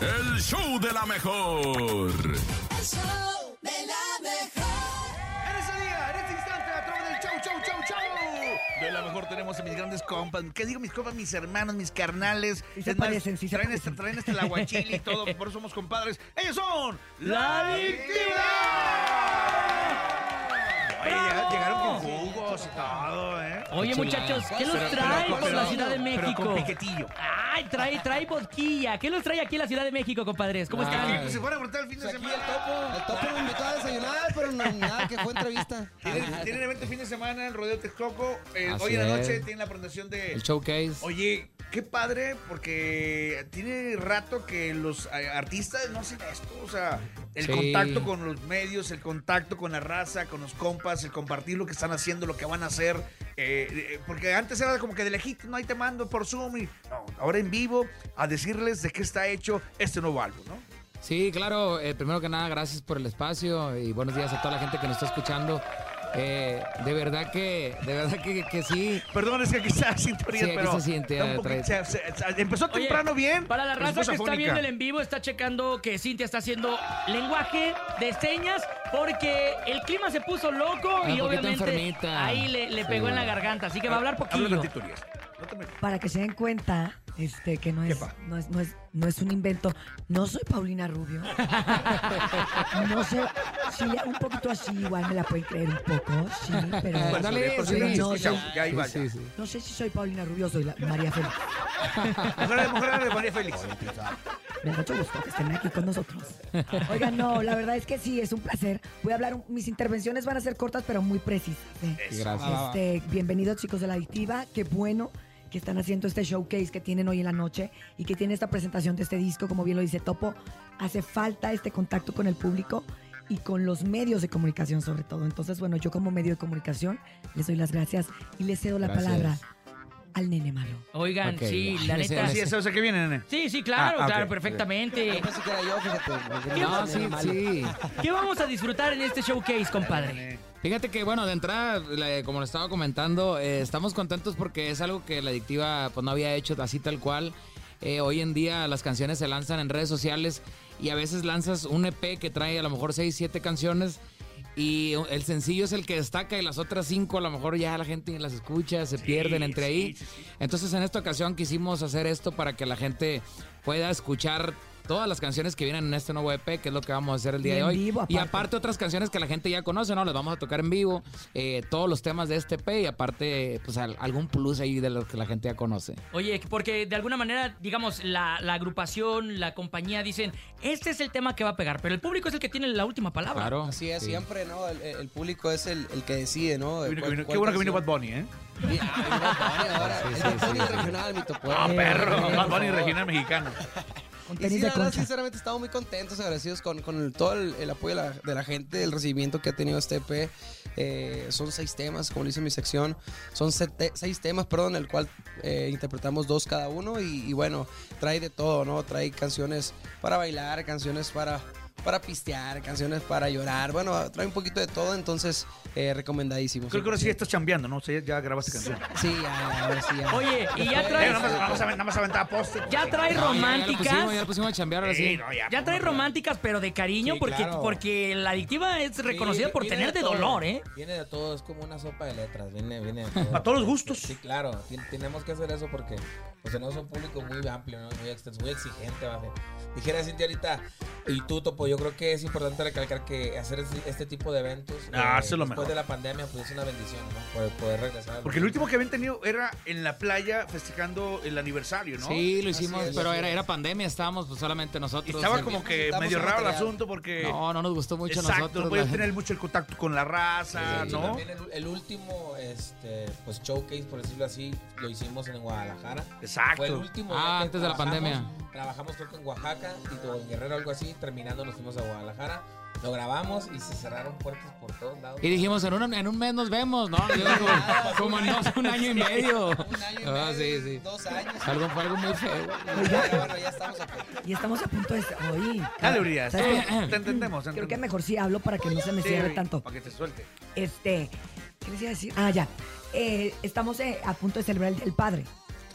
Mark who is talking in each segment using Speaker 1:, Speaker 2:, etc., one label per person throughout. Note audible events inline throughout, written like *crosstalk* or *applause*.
Speaker 1: El show de la mejor.
Speaker 2: El show de la mejor.
Speaker 3: En ese día, en este instante, a través del chau, chau, chau, chau. De la mejor tenemos a mis grandes compas. ¿Qué digo mis compas? Mis hermanos, mis carnales.
Speaker 4: Sí se
Speaker 3: Es más,
Speaker 4: parecen, sí se
Speaker 3: traen,
Speaker 4: parecen.
Speaker 3: Este, traen hasta el aguachil
Speaker 4: *laughs*
Speaker 3: y todo, por eso somos compadres. Ellos son...
Speaker 4: ¡La
Speaker 3: Adictiva. Oye, llega-
Speaker 4: ¡Bravo!
Speaker 3: llegaron con jugos y todo, ¿eh?
Speaker 4: Oye, muchachos, ¿qué los
Speaker 3: Pero-
Speaker 4: trae
Speaker 3: pero-
Speaker 4: por la
Speaker 3: pero-
Speaker 4: Ciudad de
Speaker 3: pero con
Speaker 4: México?
Speaker 3: piquetillo.
Speaker 4: Ay, trae, trae vodquilla. ¿Qué los trae aquí en la Ciudad de México, compadres? ¿Cómo están?
Speaker 3: Pues se fueron a cortar el fin de semana.
Speaker 5: El topo me invitó a desayunar, pero no, nada, que fue entrevista.
Speaker 3: Tienen, tienen evento fin de semana, el Rodeo Texcoco. Eh,
Speaker 5: Así
Speaker 3: hoy en la
Speaker 5: es.
Speaker 3: noche tienen la presentación de...
Speaker 5: El showcase.
Speaker 3: Oye, qué padre, porque tiene rato que los eh, artistas no hacen esto. O sea, el
Speaker 5: Sí.
Speaker 3: contacto con los medios, el contacto con la raza, con los compas, el compartir lo que están haciendo, lo que van a hacer. eh, eh, porque antes era como que de lejitos, no ahí te mando por Zoom. y- no, ahora en vivo a decirles de qué está hecho este nuevo álbum, ¿no?
Speaker 5: Sí, claro, eh, primero que nada, gracias por el espacio y buenos días a toda la gente que nos está escuchando. Eh, de verdad que, de verdad que, que sí.
Speaker 3: Perdón, es que aquí está sintonía,
Speaker 5: Sí, aquí
Speaker 3: pero.
Speaker 5: se siente,
Speaker 3: está un
Speaker 5: eh,
Speaker 3: poquito- se-
Speaker 5: trae-
Speaker 3: se- se- empezó
Speaker 4: Oye,
Speaker 3: temprano bien.
Speaker 4: Para la
Speaker 3: pero se
Speaker 4: raza
Speaker 3: puso
Speaker 4: que está
Speaker 3: afónica.
Speaker 4: viendo el en vivo, está checando que Cintia está haciendo lenguaje de señas porque el clima se puso loco
Speaker 5: Ah,
Speaker 4: y
Speaker 5: poquito
Speaker 4: obviamente
Speaker 5: enfermita.
Speaker 4: ahí le, le
Speaker 5: Sí.
Speaker 4: pegó en la garganta. Así que va a hablar
Speaker 3: Ah, Habla
Speaker 4: poquillo.
Speaker 3: con titulares. No te me-
Speaker 6: para que se den cuenta este, que no es,
Speaker 3: Epa.
Speaker 6: no, es, no, es, no es un invento. No soy
Speaker 5: *laughs*
Speaker 6: Paulina Rubio. No sé si le hago un poquito así, igual me la pueden creer un poco, sí, pero
Speaker 5: Eh, dale,
Speaker 3: por
Speaker 5: sí,
Speaker 3: si no se
Speaker 5: sí,
Speaker 3: escucha,
Speaker 5: sí.
Speaker 3: ya iba,
Speaker 5: Sí,
Speaker 3: ya.
Speaker 5: sí, sí.
Speaker 6: no sé si soy Paulina Rubio o soy la María Félix.
Speaker 3: Mujer de mujer de María Félix.
Speaker 6: Me da mucho gusto que estén aquí con nosotros. Oigan, no, la verdad es que sí, es un placer. Voy a hablar, un- mis intervenciones van a ser cortas, pero muy precisas. ¿eh?
Speaker 5: Sí, Gracias.
Speaker 6: Este, bienvenidos chicos de la adictiva, qué bueno que están haciendo este showcase que tienen hoy en la noche y que tiene esta presentación de este disco, como bien lo dice Topo, hace falta este contacto con el público y con los medios de comunicación sobre todo. Entonces, bueno, yo como medio de comunicación les doy las gracias y les cedo la
Speaker 5: Gracias.
Speaker 6: palabra al nene malo.
Speaker 4: Oigan,
Speaker 5: Ok,
Speaker 4: sí, la
Speaker 5: ya.
Speaker 4: neta.
Speaker 3: Así es, o sea, que viene, nene.
Speaker 4: Sí, sí, claro,
Speaker 3: Ah, ah,
Speaker 4: claro,
Speaker 3: ok.
Speaker 4: perfectamente.
Speaker 5: Yo pensé que era yo, fíjate. No,
Speaker 4: onda?
Speaker 5: sí, sí.
Speaker 4: ¿Qué vamos a disfrutar en este showcase, compadre?
Speaker 3: Eh,
Speaker 5: Fíjate que, bueno, de entrada, la- como lo estaba comentando, eh, estamos contentos porque es algo que la adictiva pues, no había hecho así tal cual. Eh, hoy en día las canciones se lanzan en redes sociales y a veces lanzas un EP que trae a lo mejor 6, 7 canciones y el sencillo es el que destaca y las otras 5 a lo mejor ya la gente ni las escucha, se pierden entre
Speaker 3: sí,
Speaker 5: ahí.
Speaker 3: sí, sí.
Speaker 5: Entonces en esta ocasión quisimos hacer esto para que la gente pueda escuchar todas las canciones que vienen en este nuevo EP, que es lo que vamos a hacer el día
Speaker 6: Y
Speaker 5: de
Speaker 6: en
Speaker 5: hoy.
Speaker 6: vivo,
Speaker 5: Y
Speaker 6: aparte.
Speaker 5: aparte otras canciones que la gente ya conoce, ¿no? Las vamos a tocar en vivo, eh, todos los temas de este EP y aparte pues al- algún plus ahí de los que la gente ya conoce.
Speaker 4: Oye, porque de alguna manera, digamos, la, la agrupación, la compañía dicen, este es el tema que va a pegar, pero el público es el que tiene la última palabra.
Speaker 5: Claro.
Speaker 7: Así es,
Speaker 5: Sí.
Speaker 7: siempre, ¿no? El, el- el público es el, el que decide,
Speaker 3: Qué
Speaker 7: ¿no?
Speaker 3: bueno que
Speaker 7: Cuál-
Speaker 3: vino- Qué
Speaker 7: cuál
Speaker 3: bueno que vino Bad
Speaker 7: canción.
Speaker 3: Bunny, ¿eh?
Speaker 7: Y- ah, vino Bad Bunny ahora.
Speaker 5: Sí,
Speaker 7: el
Speaker 5: sí,
Speaker 7: Bad Bunny
Speaker 5: sí, sí.
Speaker 7: regional, mi topo.
Speaker 3: Ah,
Speaker 7: Eh,
Speaker 3: perro.
Speaker 7: por
Speaker 3: Bad
Speaker 7: *laughs*
Speaker 3: Bunny
Speaker 7: favor.
Speaker 3: regional mexicano.
Speaker 6: Con
Speaker 7: Y sí,
Speaker 6: tenis
Speaker 7: la
Speaker 6: de
Speaker 7: verdad,
Speaker 6: concha.
Speaker 7: sinceramente, estamos muy contentos, agradecidos con, con el- todo el, el apoyo de la, de la gente, el recibimiento que ha tenido este EP. Eh, son seis temas, como lo hice en mi sección. Son sete- seis temas, perdón, el cual eh, interpretamos dos cada uno. Y, y bueno, trae de todo, ¿no? Trae canciones para bailar, canciones para, para pistear, canciones para llorar. Bueno, trae un poquito de todo, entonces, eh, recomendadísimo.
Speaker 3: Creo que ahora sí ya estás chambeando, ¿no? O sea, ya grabaste canción.
Speaker 7: Sí, ya, ahora sí, ya.
Speaker 4: Oye, y ya
Speaker 7: Después-
Speaker 3: Eh,
Speaker 4: traes-
Speaker 3: nada, más, vamos a, nada más aventar poste.
Speaker 4: Ya trae
Speaker 5: No, ya- Ya, lo
Speaker 4: románticas.
Speaker 5: pusimos, ya lo pusimos a chambear ahora sí.
Speaker 3: Sí, no, ya.
Speaker 4: Ya trae románticas, pero de cariño,
Speaker 7: Sí,
Speaker 4: porque,
Speaker 7: claro.
Speaker 4: porque la adictiva es reconocida
Speaker 8: Sí,
Speaker 4: por
Speaker 8: viene
Speaker 4: tener de
Speaker 8: todo,
Speaker 4: dolor, ¿eh?
Speaker 8: Viene de todo, es como una sopa de letras, viene, viene de todo.
Speaker 3: A todos los gustos.
Speaker 8: Sí, claro, ti- tenemos que hacer eso porque pues, tenemos un público muy amplio, ¿no? muy extenso, muy exigente. ¿vale? Dijera Cintia ahorita, y tú, Topo, yo creo que es importante recalcar que hacer es- este tipo de eventos eh,
Speaker 3: Ah, eso es lo
Speaker 8: después
Speaker 3: mejor.
Speaker 8: de la pandemia pues, es una bendición, ¿no? Poder, poder regresar. al-
Speaker 3: Porque el último que habían tenido era en la playa festejando el aniversario, ¿no?
Speaker 5: Sí, lo hicimos,
Speaker 7: Así es,
Speaker 5: pero
Speaker 7: así
Speaker 5: era,
Speaker 7: es.
Speaker 5: era pandemia, estábamos pues solamente
Speaker 3: Y
Speaker 5: nosotros.
Speaker 3: estaba
Speaker 5: El-
Speaker 3: como que
Speaker 7: Estamos
Speaker 3: medio
Speaker 7: en
Speaker 3: raro el
Speaker 7: material.
Speaker 3: asunto porque.
Speaker 5: No, no nos gustó mucho a
Speaker 3: Exacto,
Speaker 5: nosotros.
Speaker 3: no podías
Speaker 5: la-
Speaker 3: tener mucho el contacto con la raza,
Speaker 8: Sí,
Speaker 3: Ah, ¿no?
Speaker 8: también el, el último este, pues, showcase, por decirlo así, lo hicimos en Guadalajara. Fue el
Speaker 3: Exacto.
Speaker 8: último.
Speaker 5: Ah,
Speaker 8: día que
Speaker 5: antes de la
Speaker 8: trabajamos.
Speaker 5: pandemia.
Speaker 8: Trabajamos creo que en Oaxaca y o en Guerrero algo así. Terminando nos fuimos a Guadalajara. Lo grabamos y se cerraron puertas por todos lados.
Speaker 5: Y dijimos, en un, en un mes nos vemos, ¿no? Yo digo,
Speaker 7: *laughs*
Speaker 5: como en dos, un año y medio.
Speaker 7: Un año y
Speaker 5: Ah,
Speaker 7: medio,
Speaker 5: sí, sí.
Speaker 7: dos años.
Speaker 5: Algo, fue algo muy feo.
Speaker 7: Ya, bueno, ya estamos aquí.
Speaker 6: Y estamos a punto de... Oye,
Speaker 3: Dale, Urias.
Speaker 6: ¿sabes qué?
Speaker 3: Te entendemos. te
Speaker 6: Creo que
Speaker 3: entendemos.
Speaker 6: mejor sí hablo para que no se me
Speaker 3: Sí,
Speaker 6: cierre tanto.
Speaker 3: Para que te suelte.
Speaker 6: Este, ¿qué les iba a decir? Ah, ya. Eh, estamos eh, a punto de celebrar el Día del Padre.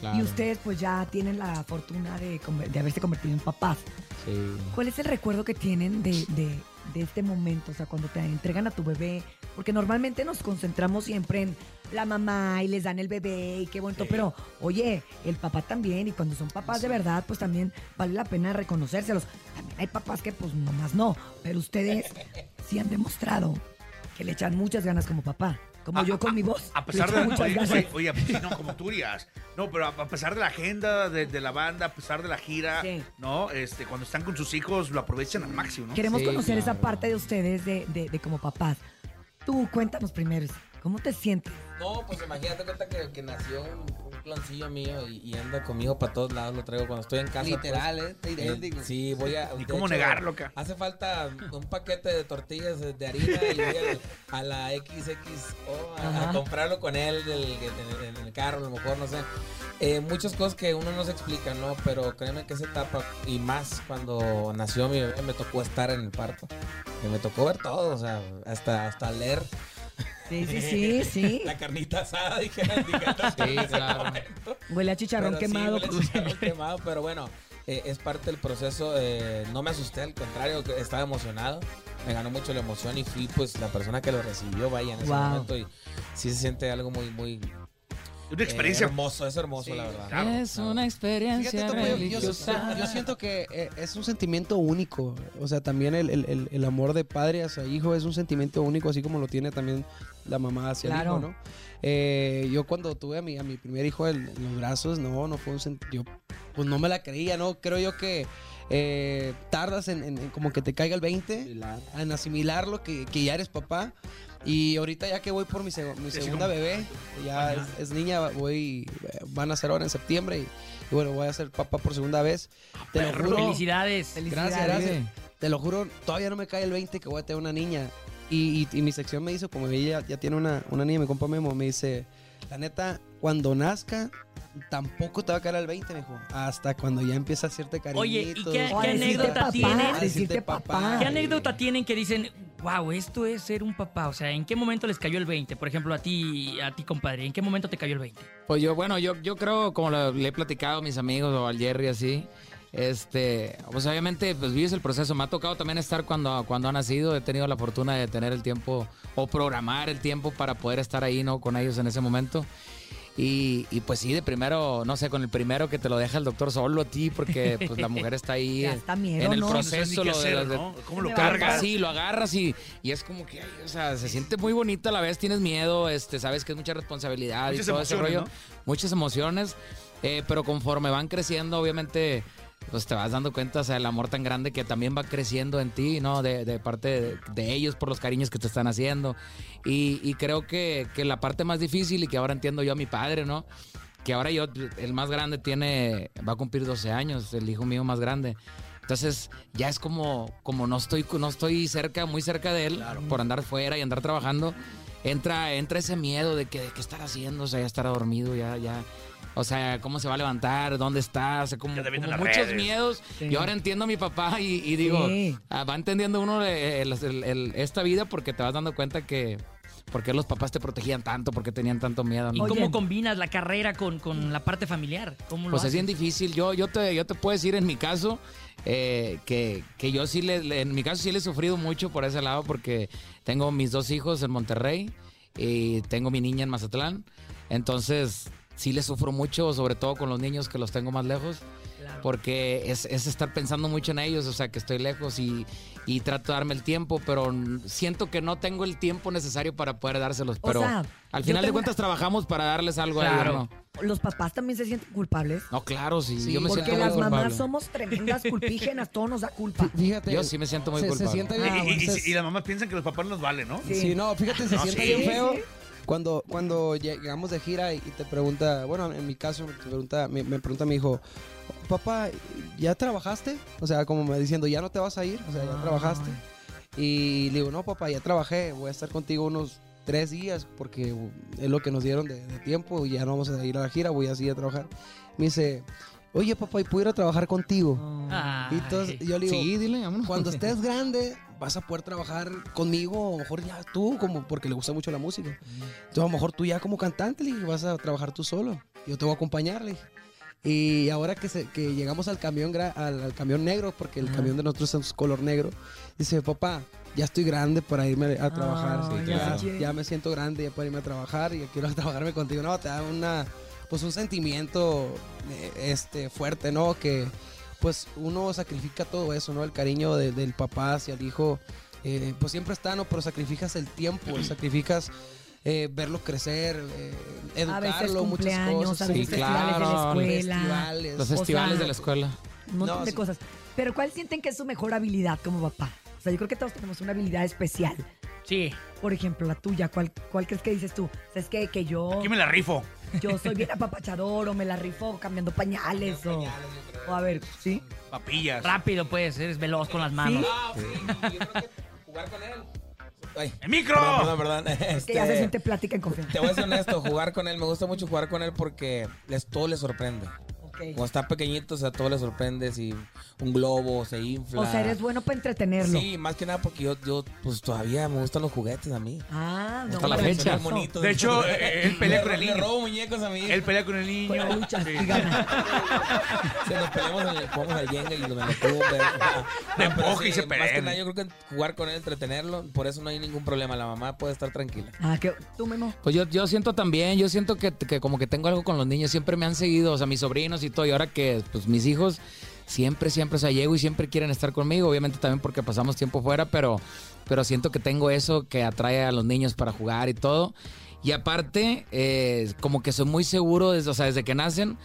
Speaker 5: Claro.
Speaker 6: Y ustedes pues ya tienen la fortuna de, conver- de haberse convertido en papás.
Speaker 5: Sí.
Speaker 6: ¿Cuál es el recuerdo que tienen de, de- de este momento? O sea, cuando te entregan a tu bebé, porque normalmente nos concentramos siempre en la mamá y les dan el bebé y qué bonito, pero oye, el papá también, y cuando son papás de verdad, pues también vale la pena reconocérselos. También hay papás que pues nomás no,
Speaker 3: *laughs*
Speaker 6: pero ustedes sí han demostrado que le echan muchas ganas como papá, como
Speaker 3: A-
Speaker 6: yo con mi voz.
Speaker 3: Ah, A
Speaker 6: le
Speaker 3: pesar
Speaker 5: *laughs*
Speaker 6: echo
Speaker 3: de
Speaker 6: muchas
Speaker 3: oye,
Speaker 6: ganas.
Speaker 3: oye, oye, pues sí, no, como tú dirías. No, pero a, a pesar de la agenda de, de la banda, a pesar de la gira,
Speaker 6: Sí.
Speaker 3: ¿no? Este, cuando están con sus hijos lo aprovechan al máximo, ¿no?
Speaker 6: Queremos
Speaker 5: Sí,
Speaker 6: conocer esa
Speaker 5: claro.
Speaker 6: parte de ustedes de, de- de como papás. Tú cuéntanos primero, Isa, ¿cómo te sientes?
Speaker 8: No, pues imagínate cuenta que, que nació un, un cloncillo mío y, y anda conmigo para todos lados, lo traigo cuando estoy en casa.
Speaker 7: Literal, ¿eh? Está
Speaker 8: pues,
Speaker 7: idéntico.
Speaker 8: eh, sí, voy a.
Speaker 3: Ni
Speaker 8: de
Speaker 3: cómo negarlo, ca.
Speaker 8: Hace falta un paquete de tortillas de de harina y voy al- a la XXO a,
Speaker 6: Ajá.
Speaker 8: a comprarlo con él del- en, el- en el carro, a lo mejor, no sé. Eh, muchas cosas que uno no se explica, ¿no? Pero créeme que esa etapa, y más cuando nació mi bebé, me tocó estar en el parto. Y me tocó ver todo, o sea, hasta, hasta leer
Speaker 6: Sí, sí,
Speaker 8: *laughs*
Speaker 6: sí, sí.
Speaker 8: la carnita asada, dijeron.
Speaker 5: Sí, claro.
Speaker 6: Huele a chicharrón
Speaker 8: Pero sí,
Speaker 6: quemado.
Speaker 8: huele a chicharrón quemado, pero bueno, eh, es parte del proceso. eh, no me asusté, al contrario, que estaba emocionado. Me ganó mucho la emoción y fui pues la persona que lo recibió, vaya, en ese
Speaker 6: Wow.
Speaker 8: momento. Y sí se siente algo muy, muy
Speaker 3: Una
Speaker 8: eh,
Speaker 3: experiencia.
Speaker 8: hermoso, es hermoso,
Speaker 7: Sí,
Speaker 8: la verdad.
Speaker 3: claro.
Speaker 5: es una experiencia
Speaker 7: Fíjate, Topo, yo- yo,
Speaker 5: religiosa.
Speaker 7: yo siento que eh, es un sentimiento único. O sea, también el, el- el- el amor de padre hacia hijo es un sentimiento único, así como lo tiene también la mamá hacia
Speaker 6: Claro.
Speaker 7: el hijo, ¿no? Eh, yo cuando tuve a mi, a mi primer hijo en, en los brazos, no, no fue un sentimiento. Pues no me la creía, ¿no? Creo yo que eh, tardas en, en- en como que te caiga el 20, en asimilarlo, que, que ya eres papá. Y ahorita ya que voy por mi, seg- mi
Speaker 3: Sí,
Speaker 7: segunda
Speaker 3: como-
Speaker 7: bebé, ya es, es niña, voy, eh, van a ser ahora en septiembre y, y bueno, voy a ser papá por segunda vez. Te lo juro.
Speaker 4: Felicidades.
Speaker 7: Gracias, gracias. Te lo juro, todavía no me cae el 20 que voy a tener una niña. Y, y- y mi sección me hizo, como ella ya tiene una, una niña, mi compa Memo, me dice, la neta, cuando nazca, tampoco te va a caer el 20, me dijo. Hasta cuando ya empieza a hacerte cariñito.
Speaker 4: Oye, ¿y qué-
Speaker 6: O a
Speaker 4: qué
Speaker 6: decirte
Speaker 4: anécdota
Speaker 6: papá,
Speaker 4: tienen?
Speaker 6: a Decirte
Speaker 7: Decirte
Speaker 6: papá.
Speaker 7: papá.
Speaker 4: ¿Qué
Speaker 7: Ay.
Speaker 4: anécdota tienen que dicen, wow, esto es ser un papá? O sea, ¿en qué momento les cayó el 20? Por ejemplo, a ti, a ti, compadre, ¿en qué momento te cayó el 20?
Speaker 5: Pues yo, bueno, yo, yo creo, como lo- le he platicado a mis amigos o al Jerry así, este, pues obviamente, pues vives el proceso. Me ha tocado también estar cuando, cuando ha nacido. He tenido la fortuna de tener el tiempo o programar el tiempo para poder estar ahí, ¿no? Con ellos en ese momento. Y, y pues sí, de primero, no sé, con el primero que te lo deja el doctor solo a ti, porque pues la mujer está ahí
Speaker 6: *laughs* *laughs* Ya está miedo,
Speaker 5: en el
Speaker 6: ¿no?
Speaker 3: No sabes ni
Speaker 5: proceso.
Speaker 3: qué
Speaker 5: lo de-
Speaker 3: hacer,
Speaker 5: de-
Speaker 3: ¿no? ¿Cómo lo
Speaker 6: Me
Speaker 5: cargas.
Speaker 3: cargas?
Speaker 5: Sí, lo agarras y, y es como que, ay, o sea, se siente muy bonito a la vez, tienes miedo, este, sabes que es mucha responsabilidad
Speaker 3: Muchas
Speaker 5: y todo ese
Speaker 3: emociones,
Speaker 5: rollo. Muchas emociones, eh, pero conforme van creciendo, obviamente, pues te vas dando cuenta, o sea, el amor tan grande que también va creciendo en ti, ¿no? De, de parte de, de ellos por los cariños que te están haciendo. Y, y creo que, que la parte más difícil y que ahora entiendo yo a mi padre, ¿no? que ahora yo, el más grande tiene, va a cumplir 12 años, el hijo mío más grande. Entonces ya es como, como no estoy, no estoy cerca, muy cerca de él, por andar fuera y andar trabajando, entra, entra ese miedo de que, de qué estar haciendo, o sea, ya estará dormido, ya, ya. O sea, cómo se va a levantar, dónde está, o sea, como,
Speaker 3: Ya te viendo
Speaker 5: como
Speaker 3: en las
Speaker 5: muchos
Speaker 3: redes.
Speaker 5: miedos. Y ahora entiendo a mi papá y, y digo,
Speaker 6: Sí.
Speaker 5: ah, va entendiendo uno eh, el- el- el- esta vida porque te vas dando cuenta que, por qué los papás te protegían tanto, porque tenían tanto miedo.
Speaker 4: ¿Y
Speaker 5: ¿no?
Speaker 6: Oye.
Speaker 4: cómo combinas la carrera con, con la parte familiar? ¿Cómo lo
Speaker 5: Pues es
Speaker 4: haces?
Speaker 5: bien difícil. Yo, yo, te, yo te puedo decir en mi caso eh, que, que yo sí le, le- en mi caso sí le he sufrido mucho por ese lado porque tengo mis dos hijos en Monterrey y tengo mi niña en Mazatlán. Entonces sí le sufro mucho, sobre todo con los niños que los tengo más lejos. Porque es, es estar pensando mucho en ellos, o sea, que estoy lejos y, y trato de darme el tiempo, pero siento que no tengo el tiempo necesario para poder dárselos.
Speaker 6: O
Speaker 5: Pero
Speaker 6: sea,
Speaker 5: al final de
Speaker 6: yo tengo una-
Speaker 5: cuentas trabajamos para darles algo a ellos,
Speaker 4: Claro.
Speaker 5: ¿no?
Speaker 6: Los papás también se sienten culpables.
Speaker 5: No, claro, sí. yo me
Speaker 6: porque
Speaker 5: siento muy
Speaker 6: las
Speaker 5: culpable.
Speaker 6: mamás somos
Speaker 5: *laughs*
Speaker 6: tremendas culpígenas, todo nos da culpa.
Speaker 7: Fíjate.
Speaker 5: Yo sí me siento muy
Speaker 7: se,
Speaker 5: culpable.
Speaker 7: Se siente bien.
Speaker 6: Ah,
Speaker 3: Y- y-
Speaker 7: se-
Speaker 3: y- y las mamás piensan que los papás nos valen, ¿no?
Speaker 6: Sí.
Speaker 7: Sí, no, fíjate, se
Speaker 3: No,
Speaker 7: siente
Speaker 3: sí.
Speaker 7: bien
Speaker 6: Sí,
Speaker 7: feo.
Speaker 6: sí.
Speaker 7: Cuando, cuando llegamos de gira y y te pregunta, bueno, en mi caso me pregunta, me, me pregunta mi hijo, papá, ¿ya trabajaste? O sea, como me diciendo, ya no te vas a ir, o sea, ya trabajaste. Y le digo, no, papá, ya trabajé, voy a estar contigo unos tres días porque es lo que nos dieron de, de tiempo y ya no vamos a ir a la gira, voy así a trabajar. Me dice, oye, papá, ¿y puedo ir a trabajar
Speaker 6: Ah.
Speaker 7: contigo?
Speaker 4: Ay.
Speaker 7: Y entonces yo le digo,
Speaker 5: Sí, dile, vámonos. *laughs*
Speaker 7: cuando estés grande vas a poder trabajar conmigo, o a lo mejor ya tú, como porque le gusta mucho la música. Entonces a lo mejor tú ya como cantante le dije, vas a trabajar tú solo. Y yo te voy a acompañar, le dije. Y ahora que, se- que llegamos al camión, gra- al, al camión negro, porque el camión de nosotros es color negro, dice, papá, ya estoy grande para irme a trabajar.
Speaker 6: sí,
Speaker 7: ya,
Speaker 6: claro.
Speaker 7: ya me siento grande ya para irme a trabajar y quiero *laughs* trabajarme contigo. No, te da una, pues un sentimiento eh, este, fuerte, ¿no? Que pues uno sacrifica todo eso, ¿no? El cariño de- del papá hacia el hijo, eh, pues siempre está, ¿no? Pero sacrificas el tiempo, sacrificas... eh, verlo crecer, eh,
Speaker 6: A veces
Speaker 7: educarlo, muchas
Speaker 6: cumpleaños,
Speaker 7: cosas.
Speaker 6: a veces
Speaker 5: Sí, festivales de la
Speaker 6: claro, escuela. festivales.
Speaker 5: Los
Speaker 6: O
Speaker 5: festivales
Speaker 6: sea,
Speaker 5: de la escuela.
Speaker 6: un montón
Speaker 7: No,
Speaker 6: de
Speaker 7: sí.
Speaker 6: cosas. Pero ¿cuál sienten que es su mejor habilidad como papá? O sea, yo creo que todos tenemos una habilidad especial.
Speaker 4: Sí.
Speaker 6: Por ejemplo, la tuya, ¿cuál, cuál crees que dices tú? ¿Sabes qué? Que yo,
Speaker 3: Aquí me la rifo.
Speaker 6: yo soy bien apapachador o me la rifo cambiando pañales o, o a ver, ¿sí?
Speaker 3: Papillas.
Speaker 4: Rápido, pues. Eres veloz con las manos.
Speaker 8: Ah, sí, yo creo que jugar con él. Ay,
Speaker 3: ¡El micro!
Speaker 8: perdón, perdón, perdón.
Speaker 6: Que ya se
Speaker 8: Este,
Speaker 6: siente plática en confianza.
Speaker 8: Te voy a ser honesto, jugar con él, me gusta mucho jugar con él porque les, todo le sorprende.
Speaker 6: Ok.
Speaker 8: Cuando está pequeñito, o sea, todo le sorprende. Si un globo se infla.
Speaker 6: O sea, eres bueno para entretenerlo.
Speaker 8: Sí, más que nada porque yo, yo, pues todavía me gustan los juguetes a mí.
Speaker 6: Ah, no.
Speaker 5: Hasta la
Speaker 6: pero
Speaker 5: fecha.
Speaker 6: eso.
Speaker 8: Son bonitos.
Speaker 3: De
Speaker 5: *laughs*
Speaker 3: hecho, eh, él pelea con el
Speaker 8: Le
Speaker 3: niño.
Speaker 8: robo muñecos a mí.
Speaker 3: Él pelea con el niño.
Speaker 6: Con la lucha,
Speaker 3: Sí.
Speaker 6: y *laughs* gana.
Speaker 8: Se nos peleamos, en el, jugamos al Jenga y lo me lo tuvo,
Speaker 3: *laughs*
Speaker 8: pero-
Speaker 3: De
Speaker 8: No, pero pues,
Speaker 3: empuje y se
Speaker 8: Más que
Speaker 3: pelean.
Speaker 8: nada, yo creo que jugar con él, entretenerlo, por eso no hay ningún problema. La mamá puede estar tranquila.
Speaker 6: Ah, que tú, Memo.
Speaker 5: Pues yo, yo siento también, yo siento que, que como que tengo algo con los niños, siempre me han seguido, o sea, mis sobrinos y todo, y ahora que pues mis hijos siempre, siempre, o sea, llego y siempre quieren estar conmigo, obviamente también porque pasamos tiempo fuera, pero, pero siento que tengo eso que atrae a los niños para jugar y todo. Y aparte, eh, como que soy muy seguro, desde, o sea, desde que nacen,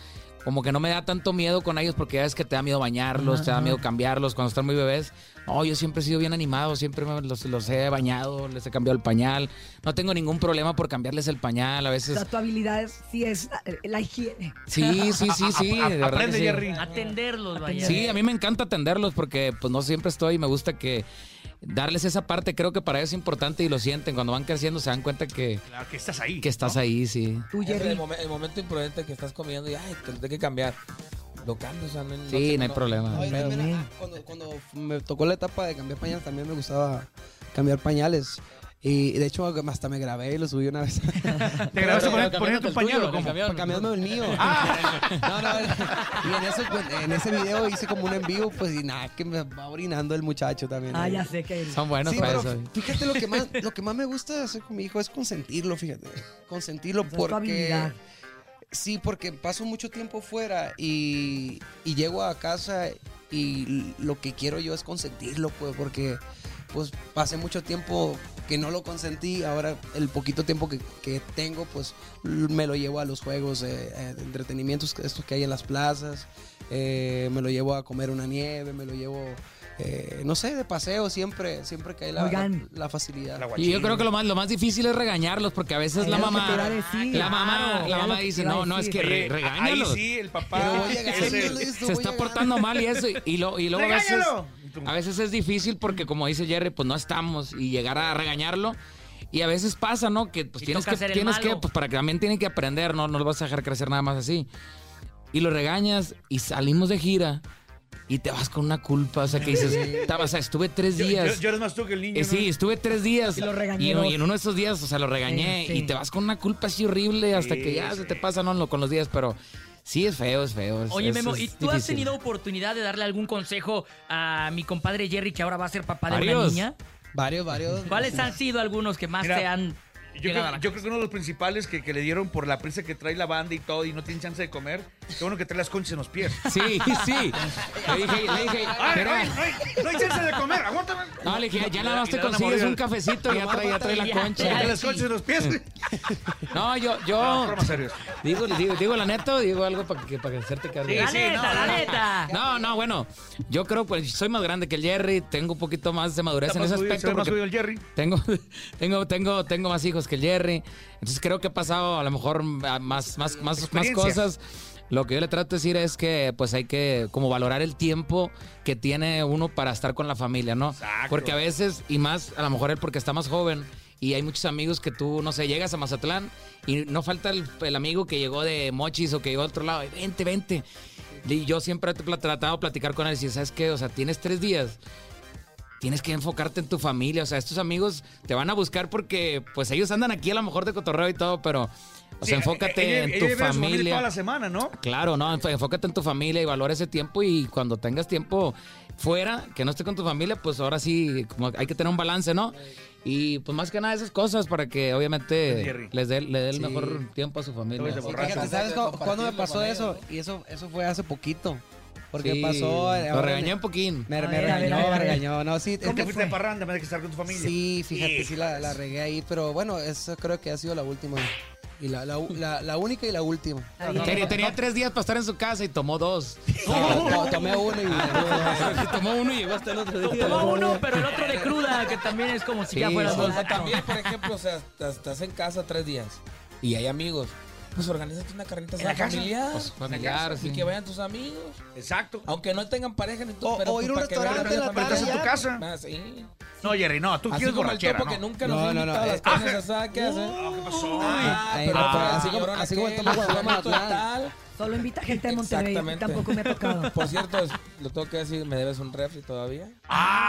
Speaker 5: como que no me da tanto miedo con ellos porque ya ves que te da miedo bañarlos, te da miedo cambiarlos cuando están muy bebés. No, yo siempre he sido bien animado, siempre me- los, los he bañado, les he cambiado el pañal. No tengo ningún problema por cambiarles el pañal, a
Speaker 6: O sea,
Speaker 5: veces...
Speaker 6: tu habilidad es- sí es la, la higiene.
Speaker 5: Sí, sí, sí, sí. de verdad que
Speaker 3: Aprende,
Speaker 5: sí.
Speaker 3: Jerry.
Speaker 4: Atenderlos, vaya.
Speaker 5: Sí, a mí me encanta atenderlos porque pues no siempre estoy y me gusta que darles esa parte, creo que para ellos es importante y lo sienten. Cuando van creciendo se dan cuenta que,
Speaker 3: Claro que estás ahí.
Speaker 5: que estás ahí, sí.
Speaker 6: Tú,
Speaker 8: Es el,
Speaker 6: Jerry.
Speaker 8: momen- el momento imprudente que estás comiendo y, ay, te lo tengo que cambiar. Lo cambio, o sea, no, no
Speaker 5: Sí,
Speaker 8: sé,
Speaker 5: no hay problema.
Speaker 7: No, y también, ah, cuando, cuando me tocó la etapa de cambiar pañales, también me gustaba cambiar pañales. Y de hecho, hasta me grabé y lo subí
Speaker 6: *laughs*
Speaker 7: una vez.
Speaker 3: ¿Te grabaste
Speaker 5: Pero,
Speaker 3: poniendo
Speaker 5: pero
Speaker 3: poniendo tu pañuelo?
Speaker 5: cambiando el tuyo,
Speaker 3: ¿cómo?
Speaker 5: el camión.
Speaker 7: Cambiando el mío.
Speaker 5: Ah.
Speaker 7: No, no, y en, eso, pues, en ese video hice como un en vivo, pues, y nada, que me va orinando el muchacho también.
Speaker 6: Ah, ya sé que
Speaker 5: Son buenos
Speaker 7: Sí,
Speaker 5: para
Speaker 7: pero
Speaker 5: eso.
Speaker 7: fíjate lo que más lo que más me gusta hacer con mi hijo es consentirlo, fíjate. Consentirlo
Speaker 6: Esa es tu
Speaker 7: porque
Speaker 6: habilidad.
Speaker 7: Sí, porque paso mucho tiempo fuera y, y llego a casa y lo que quiero yo es consentirlo, pues, porque pues pasé mucho tiempo que no lo consentí, ahora el poquito tiempo que, que tengo, pues l- me lo llevo a los juegos, eh, eh, de entretenimientos que- estos que hay en las plazas, eh, me lo llevo a comer una nieve, me lo llevo, eh, no sé, de paseo siempre, siempre que hay la, la,
Speaker 6: Oigan.
Speaker 7: facilidad.
Speaker 3: La
Speaker 5: Y yo
Speaker 3: guachín.
Speaker 5: creo que lo más, lo más difícil es regañarlos porque a veces la
Speaker 6: Era lo que te iba a
Speaker 5: mamá...
Speaker 6: decir.
Speaker 5: La mamá,
Speaker 6: Claro,
Speaker 5: la
Speaker 6: era lo
Speaker 5: mamá
Speaker 6: que te
Speaker 5: dice,
Speaker 6: iba a
Speaker 5: no, no, es
Speaker 6: decir.
Speaker 5: que re-
Speaker 3: Ahí
Speaker 5: regáñalos.
Speaker 3: sí, el
Speaker 7: Pero
Speaker 3: papá.
Speaker 7: voy
Speaker 3: es
Speaker 7: llegando,
Speaker 3: el-
Speaker 7: listo,
Speaker 5: Se está
Speaker 7: voy llegando.
Speaker 5: portando mal y eso, y, lo, y luego a veces...
Speaker 3: ¡Regáñalo!
Speaker 5: A veces es difícil porque como dice Jerry, pues no estamos y llegar a regañarlo. Y a veces pasa, ¿no? Que pues
Speaker 4: Y
Speaker 5: tienes
Speaker 4: toca
Speaker 5: que,
Speaker 4: ser el
Speaker 5: tienes
Speaker 4: malo.
Speaker 5: que, pues para que también tienen que aprender, ¿no? No los vas a dejar crecer nada más así. Y lo regañas y salimos de gira y te vas con una culpa. O sea, que
Speaker 6: *laughs*
Speaker 5: dices, "Ta- o sea, estuve tres
Speaker 3: Yo- yo-
Speaker 5: días.
Speaker 3: Lloras más tú que el niño.
Speaker 5: Eh,
Speaker 3: ¿no?
Speaker 5: sí, estuve tres días.
Speaker 6: Y lo regañé
Speaker 5: Y en,
Speaker 6: dos.
Speaker 5: y en uno de esos días, o sea, lo regañé
Speaker 6: Sí, sí.
Speaker 5: y te vas con una culpa así horrible hasta
Speaker 3: Sí,
Speaker 5: que ya se te
Speaker 3: sí.
Speaker 5: pasa, ¿no? Lo- Con los días, pero sí es feo, es feo. es-
Speaker 4: Oye,
Speaker 5: es-
Speaker 4: Memo,
Speaker 5: es
Speaker 4: ¿y tú has
Speaker 5: difícil.
Speaker 4: tenido oportunidad de darle algún consejo a mi compadre Jerry, que ahora va a ser papá de una
Speaker 5: Varios.
Speaker 4: niña?
Speaker 7: Varios, varios.
Speaker 4: ¿Cuáles han sido algunos que más
Speaker 3: Mira,
Speaker 4: te han
Speaker 3: Yo
Speaker 4: llegado a
Speaker 3: creo,
Speaker 4: la
Speaker 3: yo creo que uno de los principales que, que le dieron por la prisa que trae la banda y todo y no tiene chance de comer, que uno que trae las conchas en los pies.
Speaker 5: Sí, sí. Le dije, le
Speaker 3: ¡Ay,
Speaker 5: dije,
Speaker 3: no
Speaker 5: "Mira,
Speaker 3: hay, no hay- no hay chance de comer! ¡Aguántame!
Speaker 5: No, le dije, ya nada más
Speaker 3: Y
Speaker 5: te
Speaker 3: le dan una
Speaker 5: consigues
Speaker 3: mordida.
Speaker 5: un cafecito y ya trae, ya trae la
Speaker 3: Trae
Speaker 5: concha.
Speaker 3: las conchas en los pies.
Speaker 5: No, yo,
Speaker 3: No,
Speaker 5: yo.
Speaker 3: bromas serias.
Speaker 5: Digo, digo, digo la neta o digo algo para que para hacerte cargo.
Speaker 3: Sí,
Speaker 4: La
Speaker 3: sí,
Speaker 4: neta,
Speaker 3: no,
Speaker 4: la
Speaker 3: no.
Speaker 4: neta.
Speaker 5: No, no, bueno. Yo creo, pues, soy más grande que el Jerry, tengo un poquito más de madurez
Speaker 3: Está
Speaker 5: en
Speaker 3: más
Speaker 5: ese
Speaker 3: jodido, se
Speaker 5: aspecto.
Speaker 3: ve más
Speaker 5: porque
Speaker 3: jodido el Jerry.
Speaker 5: Tengo, *laughs* tengo, tengo, tengo más hijos que el Jerry. Entonces creo que he pasado a lo mejor a más, más, más, más
Speaker 3: Mm, Experiencia.
Speaker 5: cosas. Lo que yo le trato de decir es que pues hay que como valorar el tiempo que tiene uno para estar con la familia, ¿no?
Speaker 3: Exacto.
Speaker 5: Porque a veces, y más a lo mejor él porque está más joven, y hay muchos amigos que tú, no sé, llegas a Mazatlán y no falta el, el amigo que llegó de Mochis o que llegó de otro lado, y vente, vente. Y yo siempre he pl- tratado de platicar con él y decir, ¿sabes qué? O sea, tienes tres días tienes que enfocarte en tu familia. O sea, estos amigos te van a buscar porque, pues, ellos andan aquí a lo mejor de cotorreo y todo, pero O
Speaker 3: Sí, eh,
Speaker 5: sea, enfócate
Speaker 3: ella-
Speaker 5: en
Speaker 3: ella
Speaker 5: tu
Speaker 3: vive su
Speaker 5: familia.
Speaker 3: toda la semana, ¿no?
Speaker 5: Claro, no, enf- enfócate en tu familia y valora ese tiempo y cuando tengas tiempo fuera, que no esté con tu familia, pues ahora sí, como hay que tener un balance, ¿no? Y pues más que nada esas cosas para que obviamente
Speaker 3: Jerry.
Speaker 5: les dé le dé el
Speaker 7: Sí.
Speaker 5: mejor tiempo a su familia.
Speaker 3: Te voy a
Speaker 7: Y fíjate,
Speaker 3: borracho.
Speaker 7: ¿sabes cu- cuándo me
Speaker 8: Compartirlo
Speaker 7: pasó
Speaker 8: con
Speaker 7: eso?
Speaker 8: ellos.
Speaker 7: Y eso, eso fue hace poquito. Porque
Speaker 5: Sí,
Speaker 7: pasó.
Speaker 5: Lo
Speaker 7: ahora
Speaker 5: regañé
Speaker 7: me-
Speaker 5: un poquín.
Speaker 7: Me,
Speaker 6: A
Speaker 7: me
Speaker 6: ver, a ver,
Speaker 7: regañó,
Speaker 6: a ver,
Speaker 7: me
Speaker 6: a ver.
Speaker 7: regañó. No, sí, es
Speaker 3: ¿Cómo
Speaker 7: que
Speaker 3: te fuiste de parranda en vez de estar con tu familia?
Speaker 7: Sí, fíjate, sí la, la
Speaker 3: Híjoles.
Speaker 7: regué ahí, pero bueno, eso creo que ha sido la última. Y la, la, la- la única y la última.
Speaker 6: Está bien.
Speaker 5: Tenía, tenía tres días para estar en su casa y tomó dos.
Speaker 7: No, no, tomé una y.
Speaker 3: *laughs*
Speaker 5: tomó uno y llegó hasta el otro día.
Speaker 4: Tomó uno, pero el otro de cruda, que también es como si ya
Speaker 5: Sí,
Speaker 4: fueras
Speaker 5: sí.
Speaker 4: dos.
Speaker 5: O sea,
Speaker 8: También, por ejemplo, o sea, estás- estás en casa tres días y hay amigos. Pues organízate una carnita
Speaker 3: la
Speaker 8: asada
Speaker 3: casa?
Speaker 8: familiar.
Speaker 5: Pues, familiar,
Speaker 8: y
Speaker 5: sí.
Speaker 8: que vayan tus amigos.
Speaker 3: Exacto.
Speaker 8: Aunque no tengan pareja ni tú,
Speaker 7: O-
Speaker 8: pero
Speaker 7: o
Speaker 8: pues
Speaker 7: ir a un
Speaker 8: para que vean
Speaker 7: restaurante en la
Speaker 8: familia.
Speaker 3: Pero estás en tu
Speaker 7: ya,
Speaker 3: casa.
Speaker 8: Ah, sí.
Speaker 3: No, Jerry, no, tú
Speaker 8: Así
Speaker 3: quieres
Speaker 8: como el
Speaker 3: borrachera,
Speaker 8: topo
Speaker 3: ¿no?
Speaker 8: que nunca
Speaker 7: No,
Speaker 8: nos
Speaker 7: no,
Speaker 8: invitaba a
Speaker 7: no,
Speaker 8: las
Speaker 7: eh,
Speaker 8: carnes asadas que hacen.
Speaker 3: No, ¿qué pasó?
Speaker 8: Ah,
Speaker 7: Ay,
Speaker 8: pero
Speaker 7: no,
Speaker 8: para-
Speaker 7: pero
Speaker 8: así como,
Speaker 7: así
Speaker 8: así
Speaker 7: como
Speaker 8: como
Speaker 7: el topo de Guadalajara.
Speaker 8: tal.
Speaker 6: Solo invita gente de Monterrey.
Speaker 8: Exactamente.
Speaker 6: Tampoco me
Speaker 5: *laughs*
Speaker 6: ha tocado.
Speaker 8: Por cierto, es- lo tengo que decir, me debes un refri todavía.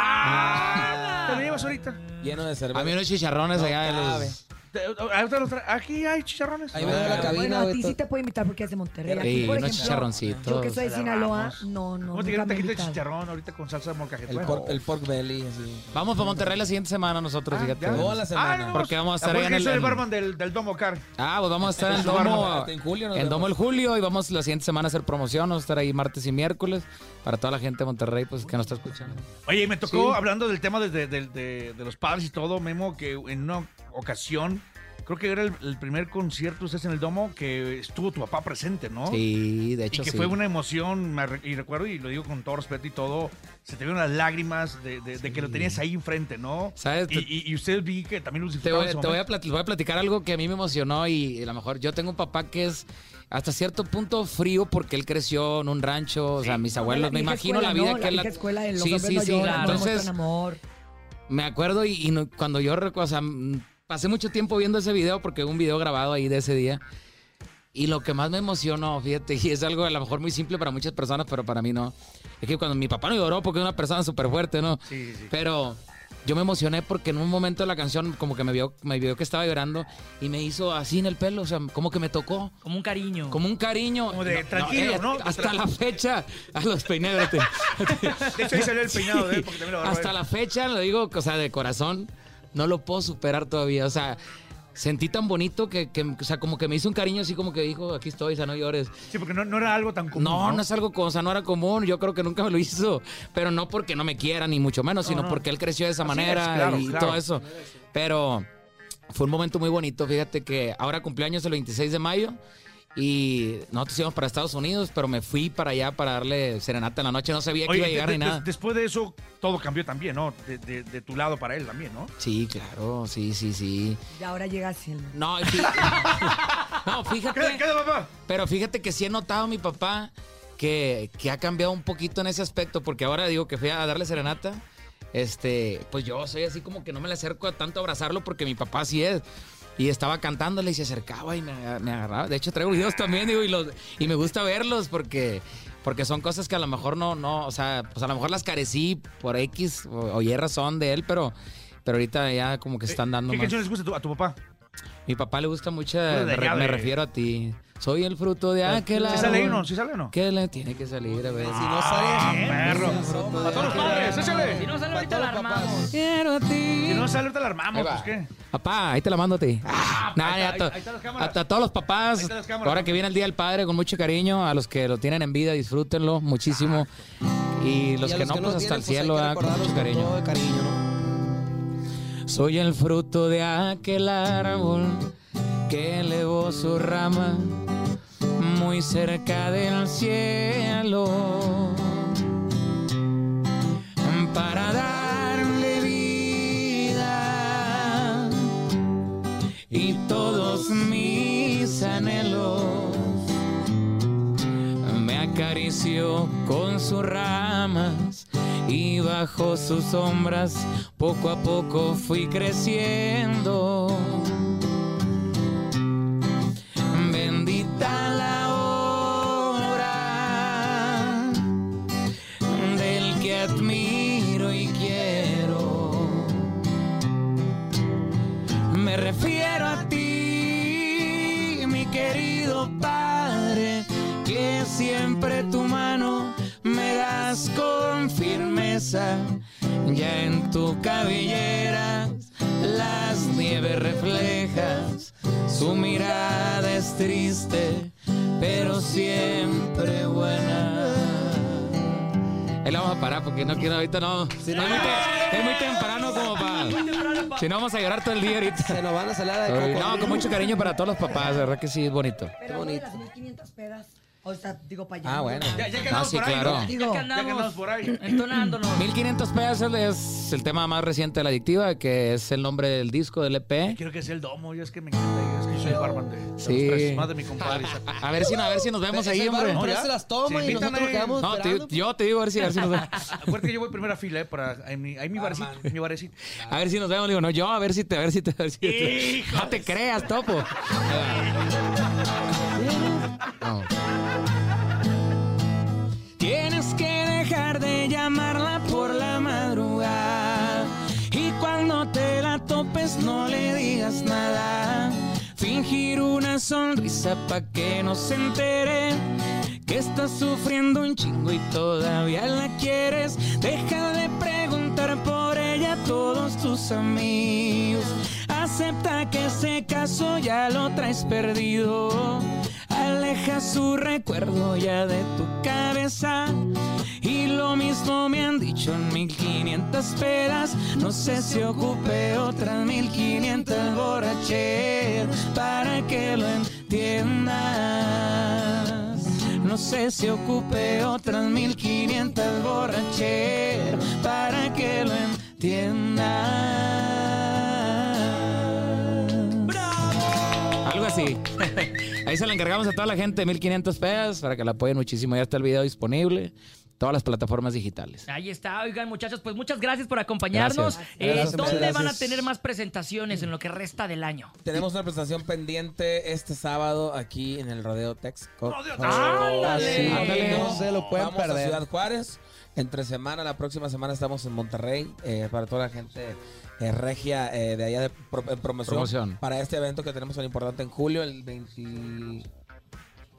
Speaker 3: ¡Ah! ¿Te lo llevas ahorita?
Speaker 8: Lleno de cerveza.
Speaker 5: A mí unos chicharrones allá de
Speaker 8: cabe.
Speaker 5: los...
Speaker 3: Te- ahorita los tra- Aquí hay chicharrones.
Speaker 7: Ahí me da la
Speaker 8: Ah,
Speaker 7: cabina.
Speaker 6: bueno, a ti
Speaker 7: güey,
Speaker 6: sí te puedo invitar porque es de Monterrey. Aquí,
Speaker 5: Sí, unos
Speaker 6: por ejemplo, yo que
Speaker 5: chicharroncitos.
Speaker 6: soy de
Speaker 3: Se la
Speaker 6: Sinaloa,
Speaker 3: ramos.
Speaker 6: no, no,
Speaker 3: ¿Cómo te
Speaker 6: nunca
Speaker 3: quieres
Speaker 6: me
Speaker 3: taquito de
Speaker 6: invitaron.
Speaker 3: chicharrón ahorita con salsa de
Speaker 8: El,
Speaker 3: molcajetuela?
Speaker 8: por- el pork belly, así.
Speaker 5: Vamos para Monterrey la siguiente semana nosotros,
Speaker 3: Ah,
Speaker 5: fíjate.
Speaker 3: ya.
Speaker 8: Toda la semana.
Speaker 3: no,
Speaker 5: Porque vamos a estar
Speaker 3: porque
Speaker 5: ahí en
Speaker 3: yo
Speaker 5: el-
Speaker 3: soy el
Speaker 5: en-
Speaker 3: barman del, del Domo Car.
Speaker 5: Ah, pues vamos a estar en el
Speaker 8: Vamos
Speaker 5: domo.
Speaker 8: a- en julio nos
Speaker 5: En domo
Speaker 8: vemos.
Speaker 5: el julio y vamos la siguiente semana a hacer promoción. Vamos a estar ahí martes y miércoles para toda la gente de Monterrey pues que nos está escuchando.
Speaker 3: Oye, y me tocó,
Speaker 5: Sí.
Speaker 3: hablando del tema de, de- de- de- de los padres y todo, Memo, que en una ocasión, creo que era el, el primer concierto de ustedes en el Domo, que estuvo tu papá presente, ¿no?
Speaker 5: Sí, de
Speaker 3: Y
Speaker 5: hecho
Speaker 3: que
Speaker 5: sí.
Speaker 3: fue una emoción, me re- y recuerdo, y lo digo con todo respeto y todo, se te vieron las lágrimas de, de- de que lo tenías ahí enfrente, ¿no?
Speaker 5: ¿Sabes?
Speaker 3: Y, y- y ustedes vi que también lo
Speaker 5: Te voy,
Speaker 3: disfrutaron.
Speaker 5: te voy a plat- les voy a platicar algo que a mí me emocionó y a lo mejor yo tengo un papá que es hasta cierto punto frío porque él creció en un rancho, o sea, mis
Speaker 6: No,
Speaker 5: abuelos,
Speaker 6: la
Speaker 5: me
Speaker 6: vieja
Speaker 5: imagino la
Speaker 6: escuela,
Speaker 5: vida
Speaker 6: no,
Speaker 5: que él...
Speaker 6: la vieja escuela de los
Speaker 5: sí,
Speaker 6: hombres
Speaker 5: sí,
Speaker 6: no
Speaker 5: sí.
Speaker 6: lloran, no
Speaker 5: Entonces,
Speaker 6: muestran amor.
Speaker 5: me acuerdo y, y no- cuando yo recu- o sea, mm, pasé mucho tiempo viendo ese video porque hubo un video grabado ahí de ese día. Y lo que más me emocionó, fíjate, *laughs* y es algo a lo mejor muy simple para muchas personas, pero para mí no. Es que cuando mi papá no lloró porque es una persona súper fuerte, ¿no?
Speaker 3: Sí, sí, sí.
Speaker 5: Pero yo me emocioné porque en un momento de la canción como que me vio, me vio que estaba llorando y me hizo así en el pelo, o sea, como que me tocó.
Speaker 4: Como un cariño.
Speaker 5: Como un cariño. eh,
Speaker 3: Como de tranquilo, ¿no?
Speaker 5: Hasta la fecha, a los peinados. te-
Speaker 3: De hecho, ahí salió el peinado de él, porque también lo agarró
Speaker 5: hasta
Speaker 3: él.
Speaker 5: la fecha, lo digo, o sea, de corazón, no lo puedo superar todavía. O sea, sentí tan bonito que, que, o sea, como que me hizo un cariño así como que dijo, aquí estoy, o sea, no llores.
Speaker 3: Sí, porque no, no era algo tan común.
Speaker 5: No, no es algo, co- o sea, no era común, yo creo que nunca me lo hizo, pero no porque no me quiera, ni mucho menos, sino
Speaker 3: no.
Speaker 5: porque él creció de esa
Speaker 3: Así
Speaker 5: manera
Speaker 3: es, claro,
Speaker 5: y
Speaker 3: claro.
Speaker 5: todo eso. Pero fue un momento muy bonito, fíjate que ahora cumpleaños el 26 de mayo y nosotros íbamos para Estados Unidos, pero me fui para allá para darle serenata en la noche, no sabía que
Speaker 3: Oye,
Speaker 5: iba a llegar
Speaker 3: de-
Speaker 5: ni
Speaker 3: de-
Speaker 5: nada.
Speaker 3: después de eso, todo cambió también, ¿no? De, de- de tu lado para él también, ¿no?
Speaker 5: Sí, claro, sí, sí, sí.
Speaker 6: Y ahora llega Cielo.
Speaker 5: No, fí- *laughs* no, fíjate.
Speaker 3: ¿Qué, qué de papá?
Speaker 5: Pero fíjate que sí he notado a mi papá que, que ha cambiado un poquito en ese aspecto, porque ahora digo que fui a darle serenata. Este, pues yo soy así como que no me le acerco a tanto a abrazarlo porque mi papá así es. Y estaba cantándole y se acercaba y me, aga- me agarraba. De hecho, traigo videos también, digo, y, los, y me gusta verlos porque, porque son cosas que a lo mejor no, no, o sea, pues a lo mejor las carecí por X o, o Y razón de él, pero, pero ahorita ya como que se están dando
Speaker 3: ¿Qué
Speaker 5: más.
Speaker 3: canción les gusta a tu, a tu papá?
Speaker 5: Mi papá le gusta mucho,
Speaker 3: Pura de
Speaker 5: me, re-
Speaker 3: allá
Speaker 5: me
Speaker 3: de-
Speaker 5: refiero a ti. Soy el fruto de ah, aquel
Speaker 3: ¿Sí
Speaker 5: árbol.
Speaker 3: sale ahí o no? ¿Sí sale o no? Ah.
Speaker 5: Que le tiene que salir a ver.
Speaker 7: Si no
Speaker 8: Ah,
Speaker 7: sale.
Speaker 3: Perro.
Speaker 7: Para
Speaker 3: todos los padres, échale.
Speaker 4: Si no sale
Speaker 7: Para
Speaker 4: ahorita, la
Speaker 7: todos los
Speaker 4: armamos.
Speaker 7: papás.
Speaker 5: Quiero a ti.
Speaker 3: Si no sale, ahorita la armamos,
Speaker 5: Ahí va.
Speaker 3: pues qué.
Speaker 5: Papá, ahí te la mando a ti. Nah,
Speaker 3: Ah, ahí
Speaker 5: ya
Speaker 3: está-
Speaker 5: to-
Speaker 3: ahí están las cámaras.
Speaker 5: hasta a todos los
Speaker 3: Ahí
Speaker 5: papás.
Speaker 3: están las cámaras.
Speaker 5: Ahora que viene el Día del Padre, con mucho cariño. A los que lo tienen en vida, disfrútenlo muchísimo. Y los
Speaker 7: Y a
Speaker 5: que no, pues hasta
Speaker 7: tienen,
Speaker 5: el cielo,
Speaker 7: pues, hay que
Speaker 5: ah, con
Speaker 7: recordarlos
Speaker 5: mucho
Speaker 7: con
Speaker 5: cariño.
Speaker 7: todo el cariño, ¿no?
Speaker 8: *laughs*
Speaker 5: Soy el fruto de aquel árbol que elevó su rama muy cerca del cielo para darle vida y todos mis anhelos me acarició con sus ramas y bajo sus sombras poco a poco fui creciendo. Bendita la obra del que admiro y quiero. Me refiero a ti, mi pido, Padre, que siempre tu mano me das con firmeza. Ya en tu cabellera las nieves reflejas, su mirada es triste, pero siempre buena. Ahí la vamos a parar porque no quiero ahorita, no. No, es, muy te- es muy temprano como para. Si no, vamos a llorar todo el día ahorita.
Speaker 7: Se nos van a salar de
Speaker 5: Ay,
Speaker 7: coco.
Speaker 5: No, con mucho cariño para todos los papás, de verdad que sí, es bonito.
Speaker 6: Pero hablo de las 1500 pedas. O sea, digo, para allá.
Speaker 8: Ah, bueno.
Speaker 3: Ya, ya que
Speaker 5: No,
Speaker 3: andamos
Speaker 5: sí,
Speaker 3: por ahí,
Speaker 5: claro.
Speaker 3: ¿no?
Speaker 6: Digo,
Speaker 4: que
Speaker 3: Ya que andamos
Speaker 4: andamos
Speaker 3: por ahí.
Speaker 4: entonándonos.
Speaker 5: 1500 pesos es el tema más reciente de la adictiva, que es el nombre del disco del E EP.
Speaker 3: Quiero que sea el domo, yo es que me encanta, yo es que soy barman de, de los
Speaker 5: Eh. Sí.
Speaker 3: tres, más de mi compadre.
Speaker 5: A ver si, a ver si nos vemos ahí,
Speaker 7: Ese
Speaker 5: hombre.
Speaker 7: varón,
Speaker 3: No,
Speaker 7: pero
Speaker 3: ya.
Speaker 7: se las toma
Speaker 3: Sí,
Speaker 7: y nosotros
Speaker 3: invítame.
Speaker 7: quedamos
Speaker 5: No, te-
Speaker 7: esperando.
Speaker 5: yo te digo a ver si, a ver si nos vemos.
Speaker 3: Acuérdate que yo voy primera fila, eh, para, ahí mi, ahí mi barecito, mi barecito.
Speaker 5: A ver si nos vemos, le digo, no, yo, a ver si te, a ver si te, a ver si te. No te creas, topo. No. Tienes que dejar de llamarla por la madrugada. Y cuando te la topes, no le digas nada. Fingir una sonrisa pa' que no se entere. Que estás sufriendo un chingo y todavía la quieres. Deja de preguntar por ella a todos tus amigos. Acepta que ese caso ya lo traes perdido. Aleja su recuerdo ya de tu cabeza. Y lo mismo me han dicho en 1500 pedas. No sé si ocupe otras 1500 borracheras para que lo entiendas. No sé si ocupe otras 1500 borracheras para que lo entiendas. Algo así. *laughs* Ahí se la encargamos a toda la gente, 1500 pesos, para que la apoyen muchísimo. Ya está el video disponible, todas las
Speaker 3: *laughs*
Speaker 5: plataformas digitales.
Speaker 4: Ahí está, oigan muchachos, pues muchas gracias por acompañarnos.
Speaker 5: Gracias.
Speaker 4: Eh,
Speaker 8: Gracias,
Speaker 4: ¿Dónde
Speaker 8: muchas
Speaker 4: van a
Speaker 8: gracias.
Speaker 4: tener más presentaciones en lo que resta del año?
Speaker 8: Tenemos una presentación pendiente este sábado aquí en el Rodeo Texco.
Speaker 3: Rodeo
Speaker 4: ¡Ándale!
Speaker 8: Ándale,
Speaker 7: No se lo pueden
Speaker 8: Vamos a
Speaker 7: perder.
Speaker 8: Ciudad Juárez. Entre semana, la próxima semana estamos en Monterrey. eh, para toda la gente eh, regia eh, de allá de pro- en promoción,
Speaker 5: Promoción.
Speaker 8: Para este evento que tenemos tan importante en julio, el 23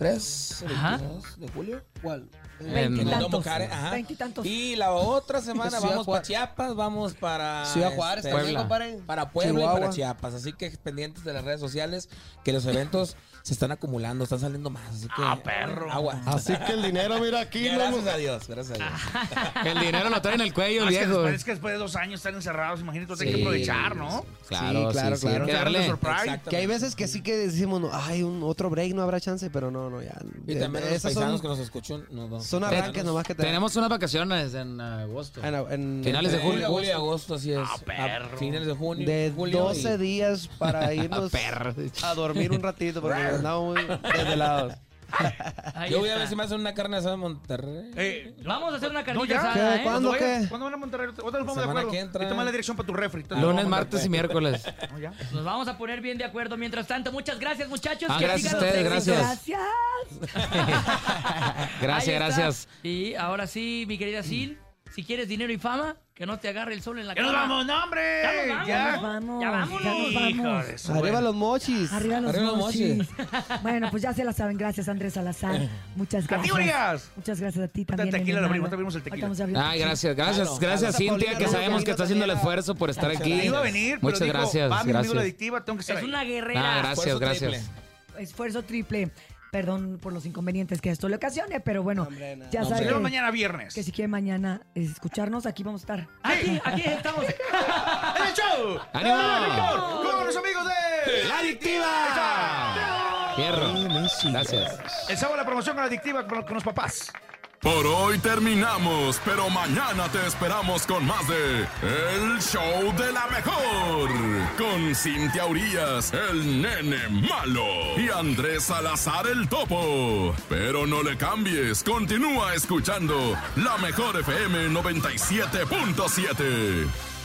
Speaker 4: Ajá.
Speaker 8: 22 de julio. ¿Cuál?
Speaker 5: En-
Speaker 8: En el
Speaker 6: Veintitantos.
Speaker 8: Domo Care, ajá.
Speaker 6: Veintitantos.
Speaker 8: Y la *laughs* otra semana
Speaker 7: Ciudad
Speaker 8: vamos para
Speaker 7: Juárez.
Speaker 8: Chiapas, vamos para
Speaker 7: Ciudad Juárez
Speaker 8: este,
Speaker 7: también,
Speaker 5: Puebla.
Speaker 7: compadre.
Speaker 8: para Puebla y para
Speaker 7: Chihuahua.
Speaker 8: Chiapas. Así que pendientes de las redes sociales, que los eventos *laughs* se están acumulando, están saliendo más. Así que,
Speaker 4: Ah, perro.
Speaker 8: Agua. *laughs*
Speaker 9: Así que el dinero, mira aquí, no
Speaker 8: Gracias a Dios, gracias a Dios.
Speaker 4: Ah,
Speaker 5: El dinero lo trae en el cuello,
Speaker 3: Ah,
Speaker 5: el
Speaker 3: es, que
Speaker 5: viejo. eh.
Speaker 3: después, es que después de dos años están encerrados, imagínate, hay que
Speaker 5: Sí.
Speaker 3: aprovechar, ¿no?
Speaker 5: Claro, sí,
Speaker 7: Sí, claro,
Speaker 5: sí, hay
Speaker 7: claro.
Speaker 5: que darle.
Speaker 3: Darle surprise.
Speaker 8: Exactamente.
Speaker 7: Que hay veces que sí que decimos, no, ay, un otro break no habrá chance, pero no, no, ya.
Speaker 8: Y también a los
Speaker 7: Esas
Speaker 8: paisanos
Speaker 7: son,
Speaker 8: que nos escuchan. nos vamos.
Speaker 7: son arranques nomás que Ah,
Speaker 5: Tenemos unas vacaciones en agosto.
Speaker 7: en- en-
Speaker 5: Finales de
Speaker 8: de julio,
Speaker 5: julio.
Speaker 8: julio y agosto, así es.
Speaker 4: Ah, perro.
Speaker 8: A Finales de junio.
Speaker 7: de
Speaker 8: julio
Speaker 7: 12 *laughs*
Speaker 8: y-
Speaker 7: días para irnos
Speaker 5: perro.
Speaker 7: a dormir un ratito porque andamos muy desvelados.
Speaker 4: Ahí
Speaker 8: Yo voy a
Speaker 4: está.
Speaker 8: ver si me hacen una carne asada en Monterrey.
Speaker 3: Eh,
Speaker 4: Vamos a hacer una carnita
Speaker 3: ya.
Speaker 4: asada,
Speaker 7: ¿Qué?
Speaker 4: ¿eh?
Speaker 7: ¿Cuándo
Speaker 3: vayan-
Speaker 7: qué?
Speaker 3: ¿Cuándo van a Monterrey? Otra vez vamos de
Speaker 8: Semana
Speaker 3: acuerdo.
Speaker 8: que entra.
Speaker 3: Y toma la dirección para tu refri. Entonces,
Speaker 5: Lunes,
Speaker 3: vamos a Monterrey.
Speaker 5: martes y
Speaker 7: *laughs*
Speaker 5: miércoles.
Speaker 3: No, ya.
Speaker 4: Nos vamos a poner bien de acuerdo. Mientras tanto, muchas gracias, muchachos.
Speaker 5: Ah,
Speaker 4: Que
Speaker 5: gracias a
Speaker 4: sigan los
Speaker 5: ustedes,
Speaker 4: éxitos.
Speaker 5: gracias.
Speaker 6: Gracias.
Speaker 5: Gracias,
Speaker 4: Ahí está.
Speaker 5: gracias.
Speaker 4: Y ahora sí, mi querida Sil, si quieres dinero y fama, que no te agarre el sol en la
Speaker 3: ¡Ya
Speaker 4: cara.
Speaker 3: nos vamos, no, hombre!
Speaker 4: Ya nos vamos,
Speaker 6: Ya
Speaker 3: Ya.
Speaker 6: nos vamos.
Speaker 4: Ya
Speaker 6: Ya
Speaker 4: vámonos.
Speaker 6: nos vamos.
Speaker 3: Hijo de su-
Speaker 7: Arriba los mochis.
Speaker 6: Arriba los
Speaker 8: Arriba los
Speaker 6: mochis. *laughs* bueno, pues ya se la saben. Gracias, Andrés
Speaker 8: *laughs*
Speaker 6: Salazar. Muchas
Speaker 3: ¡A ti,
Speaker 6: gracias.
Speaker 3: Urias!
Speaker 6: Muchas gracias a ti
Speaker 3: Ahorita
Speaker 6: también.
Speaker 3: el tequila
Speaker 6: mi
Speaker 3: lo
Speaker 6: hermano.
Speaker 3: abrimos, ahorita abrimos el tequila.
Speaker 6: Ahorita vamos a abrir-
Speaker 5: Ay, gracias, gracias, gracias Cintia, que
Speaker 7: Paulina,
Speaker 5: sabemos que
Speaker 7: Paulina
Speaker 5: está haciendo el
Speaker 7: también.
Speaker 5: esfuerzo por estar aquí.
Speaker 3: Iba a venir, pero
Speaker 5: Muchas
Speaker 3: dijo,
Speaker 5: gracias,
Speaker 3: va mi amigo la
Speaker 5: gracias.
Speaker 3: adictiva, tengo que estar
Speaker 4: Es
Speaker 3: ahí.
Speaker 4: una guerrera.
Speaker 5: Ah, gracias,
Speaker 8: Esfuerzo
Speaker 5: gracias.
Speaker 8: triple.
Speaker 6: Esfuerzo triple. Perdón por los inconvenientes que esto le ocasione, pero bueno,
Speaker 7: Hombre, nada.
Speaker 6: ya
Speaker 8: No, hombre.
Speaker 3: Nos vemos
Speaker 6: saben
Speaker 3: mañana viernes.
Speaker 6: que si quieren mañana escucharnos, aquí vamos a estar.
Speaker 4: Aquí, aquí estamos.
Speaker 3: ¡En el show!
Speaker 5: ¡Ánimo!
Speaker 3: ¡Con los amigos de...
Speaker 5: ¡La adictiva! Fierro. Gracias.
Speaker 3: El sábado la promoción con la adictiva con, con los papás.
Speaker 1: Por hoy terminamos, pero mañana te esperamos con más de El Show de la Mejor. Con Cintia Urias, el nene malo. Y Andrés Salazar, el topo. Pero no le cambies, continúa escuchando La Mejor FM 97.7.